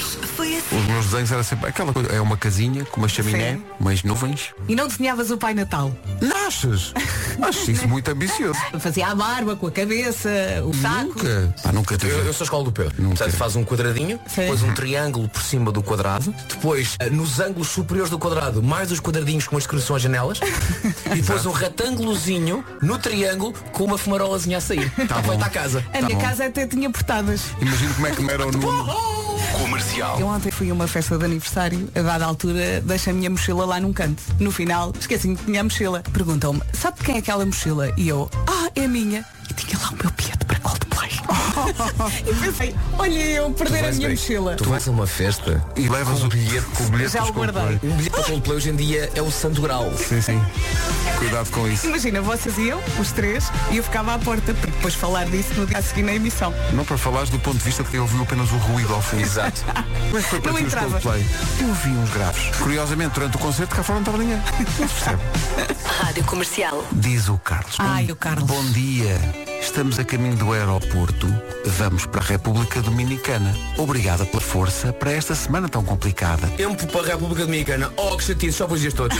assim. Os meus desenhos eram sempre aquela coisa, é uma casinha com uma chaminé, Sim. umas nuvens. E não desenhavas o Pai Natal. Nasces! Acho isso muito ambicioso. Fazia a barba com a cabeça, o saco. Nunca. Pá, nunca tive. Eu, eu sou a escola do Pedro. Portanto, faz um quadradinho, Sim. depois um triângulo por cima do quadrado, depois eh, nos ângulos superiores do quadrado, mais os quadradinhos com as inscrições às janelas, e depois um retângulozinho no triângulo com uma fumarolazinha a sair. Está bom. feita a casa. A minha casa até tinha portadas. Imagino como é que me era o número. Comercial. Eu ontem fui a uma festa de aniversário, a dada altura deixei a minha mochila lá num canto. No final, esqueci-me que tinha a mochila. Perguntam-me, sabe de quem é aquela mochila? E eu, ah, é minha. E tinha lá o meu bilhete para Coldplay. e pensei, olha eu perder a minha mochila. Tu vais a uma festa E levas o bilhete com o bilhete. Já dos o guardei. computadores. Um bilhete para Coldplay hoje em dia é o santo grau. Sim, sim. Cuidado com isso. Imagina, vocês e eu, os três, e eu ficava à porta para depois falar disso no dia a seguir na emissão. Não para falares do ponto de vista de quem ouviu apenas o ruído ao fundo. Exato. Como é que foi para Não ti os entrava. Coldplay? Eu ouvi uns graves. Curiosamente, durante o concerto, cá fora não estava ninguém. Não se percebe. Rádio Comercial. Diz o Carlos. Ai, Bom- o Carlos. Bom dia. Estamos a caminho do aeroporto. Vamos para a República Dominicana. Obrigada pela força para esta semana tão complicada. Tempo para a República Dominicana. Oh, que chatice, só para os dias todos.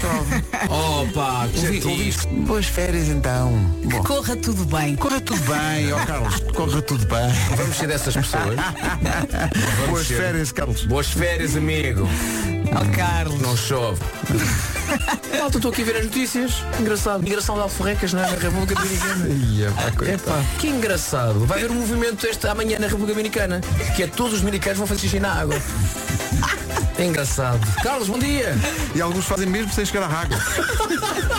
oh, pá, que Ouvi- ouvi chatice. isto. Boas férias então. Bom, Corra tudo bem. corra tudo bem, ó Carlos. Corra tudo bem. Vamos ser dessas pessoas. Vamos Boas ser. férias, Carlos. Boas férias, amigo. Oh, Carlos. Não chove. Malta, estou aqui a ver as notícias. Engraçado. Migração de alforrecas é? na República Dominicana. Epá, que engraçado. Vai haver um movimento este amanhã na República Dominicana. Que é todos os dominicanos vão fazer xixi na água. É engraçado. Carlos, bom dia. E alguns fazem mesmo sem chegar à água.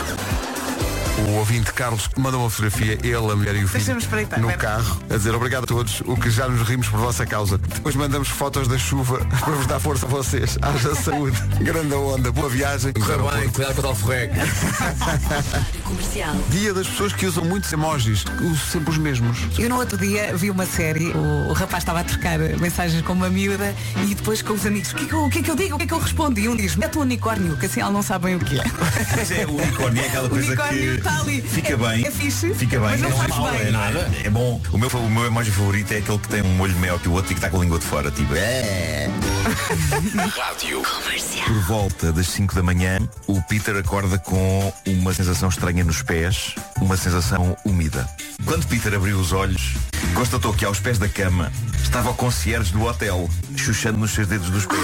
O ouvinte Carlos mandou uma fotografia, ele, a mulher e o filho, Deixa-me espreitar, no pera. carro, a dizer obrigado a todos, o que já nos rimos por vossa causa. Depois mandamos fotos da chuva para vos dar força a vocês. Haja saúde, grande onda, boa viagem. Correu bem, cuidado com as alforrecas. Rádio Comercial. Dia das pessoas que usam muitos emojis, uso sempre os mesmos. Eu no outro dia vi uma série, o, o rapaz estava a trocar mensagens com uma miúda e depois com os amigos, o que é que eu, o que é que eu digo, o que é que eu respondo? E um diz, mete um unicórnio, que assim elas não sabem o que é. Mas é o unicórnio, é aquela O coisa unicórnio que tá ali. fica É- bem. é fixe, Fica bem. mas não é faz mau, bem. é nada. É bom. O meu, fa- o meu emoji favorito é aquele que tem um olho maior que o outro e que está com a língua de fora. Tipo, é. Rádio Comercial. Por volta das 5 da manhã, o Peter acorda com uma sensação estranha nos pés, uma sensação úmida. Quando Peter abriu os olhos, constatou que aos pés da cama estava o concierge do hotel, chuchando nos seus dedos dos pés.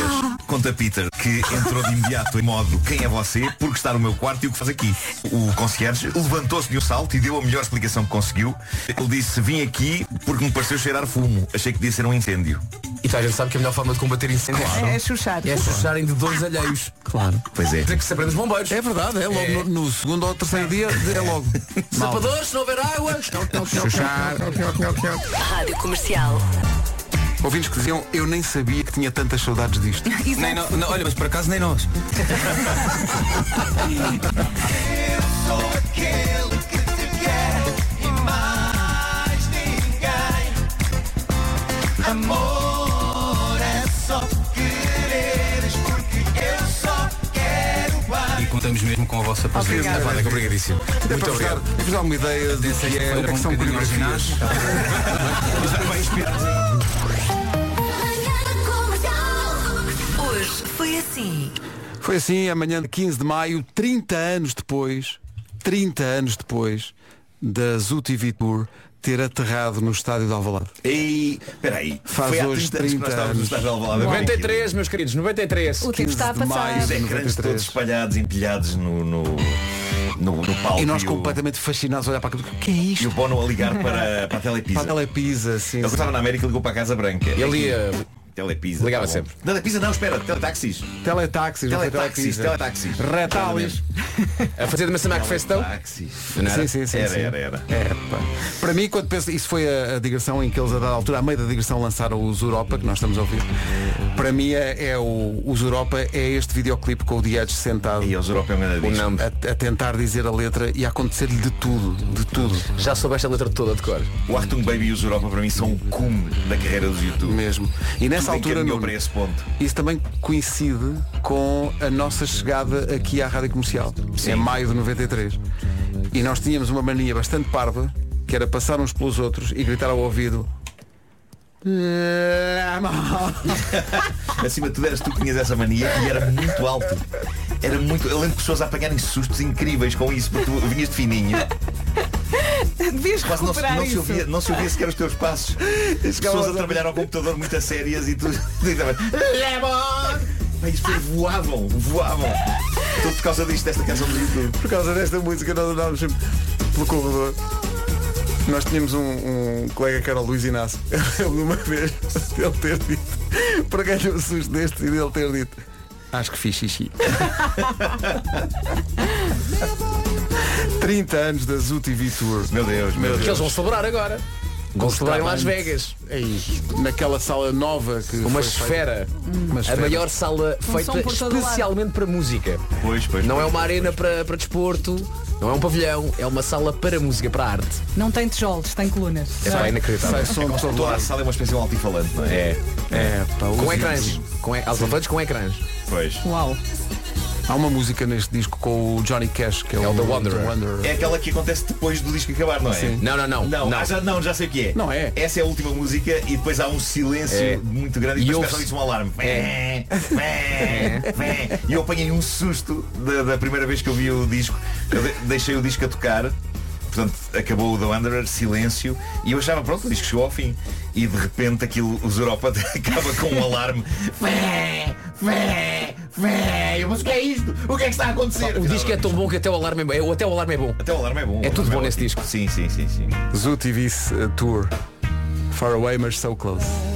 Conta Peter que entrou de imediato em modo quem é você, porque está no meu quarto e o que faz aqui. O concierge levantou-se de um salto e deu a melhor explicação que conseguiu. Ele disse, vim aqui porque me pareceu cheirar fumo. Achei que podia ser um incêndio. E tá, a gente sabe que a melhor forma de combater incêndios É chuchar. é chucharem de dores alheios. Claro. Pois é. Tem que se aprende os bombeiros. É verdade, é logo É. No, no segundo ou terceiro dia, é logo. Malta. Sapadores, se não houver água. Chuchar. Rádio Comercial. Ouvintes que diziam, eu nem sabia que tinha tantas saudades disto. Exato. Nem no- não, olha, mas por acaso nem nós. E contamos mesmo com a vossa presença. Obrigada. Pá, obrigadíssimo. É para vos dar- para vos dar uma ideia do que, é, o que, é que são coreografias. Hoje foi assim. Foi assim, amanhã de 15 de maio, 30 anos depois, 30 anos depois da ZooTV Tour ter aterrado no estádio de Alvalade. E, peraí, Faz foi há hoje 30 anos que 30 nós estávamos no anos. estádio de Alvalade. 93, meus queridos, 93. O tempo 15 está a de maio. passar. Os ecrãs 93. todos espalhados, empilhados no, no, no, no palco. E nós o- completamente fascinados a olhar para aquilo. O que é E o isto? Bono a ligar para, para a Telepisa. Para a Telepisa, assim. Ele estava na América e ligou para a Casa Branca. Ele ia- Telepisa. tá Ligava bom. sempre. Telepisa não, espera, teletaxis. Teletaxis, é. não foi Teletaxis, Telepisa. teletaxis. Retális. A fazer de maçã que festão. Teletaxis. Não Sim, era? sim, sim. Era, sim. era, era. É, pá. Para mim, quando penso, isso foi a, a digressão em que eles a dada altura, a meio da digressão lançaram os Europa, que nós estamos a ouvir. Para mim é, é o os Europa, é este videoclipe com o Diades sentado E é aos europeus ainda diz. Não. a, a tentar dizer a letra e a acontecer-lhe de tudo, de tudo Já soubeste a letra toda de cor. O Artung Baby e os Europa para mim são o cume da carreira dos YouTube. mesmo. E nessa Tudo altura encaminhou Nuno, para esse ponto. isso também coincide com a nossa chegada aqui à Rádio Comercial, em maio de 93. E nós tínhamos uma mania bastante parva, que era passar uns pelos outros e gritar ao ouvido Lemon. Acima de tudo eras tu que tinhas essa mania e era muito alto. Era muito. Eu lembro de pessoas a apanharem sustos incríveis com isso, porque tu vinhas de fininho. Devias Quase não, se- recuperar não se isso. ouvia, não se ouvia sequer os teus passos. Pessoas a trabalhar ao computador muito a sérias e tu dizavas Lemon! Pá, Isto foi- voavam, voavam. Tudo por causa disto, desta canção do YouTube. Por causa desta música nós andávamos sempre pelo corredor. Nós tínhamos um, um colega que era o Luís Inácio. Ele uma vez ele ter dito, para ganhar um susto deste e dele ter dito. Acho que fiz xixi. 30 anos da Zoo TV Tour. Meu Deus, meu Que eles Deus. vão celebrar agora. Vão celebrar em Las Vegas. Aí, naquela sala nova que. Uma foi feita. esfera. Uma A esfera. maior sala feita Um som por todo lado. especialmente para música. Pois, pois. Não é pois, uma pois, arena pois. para, para desporto, não é um pavilhão, é uma sala para música, para arte. Não tem tijolos, tem colunas. É pá, Sai inacreditável. som de todo Toda a lado. sala é uma espécie de um altifalante, não é? É. É, pá, Com os- ecrãs. Com e... Alto-falantes com ecrãs. Pois. Uau. Há uma música neste disco com o Johnny Cash, que é, É o The Wanderer. É aquela que acontece depois do disco acabar, não é? Sim. Não, não, não. Não, não. ah, já, não, já sei o que é. Não é. Essa é a última música e depois há um silêncio É. muito E grande É. e depois ouve-se- começa ali um alarme. Vé, vé, vé. E eu apanhei um susto da, da primeira vez que eu vi o disco. Eu de- deixei o disco a tocar. Portanto, acabou o The Wanderer, silêncio, e eu achava, pronto, o disco chegou ao fim. E de repente aquilo, os Europa acaba com um alarme. Vé, vé, vé. Eu, Mas o que é isto? O que é que está a acontecer? O disco é tão bom que até o alarme é bom. Até o alarme é bom. Até o alarme é bom. É o tudo alarme bom nesse ótimo. disco. Sim, sim, sim, sim. Zoo TV Tour. Far uh, away, mas so close.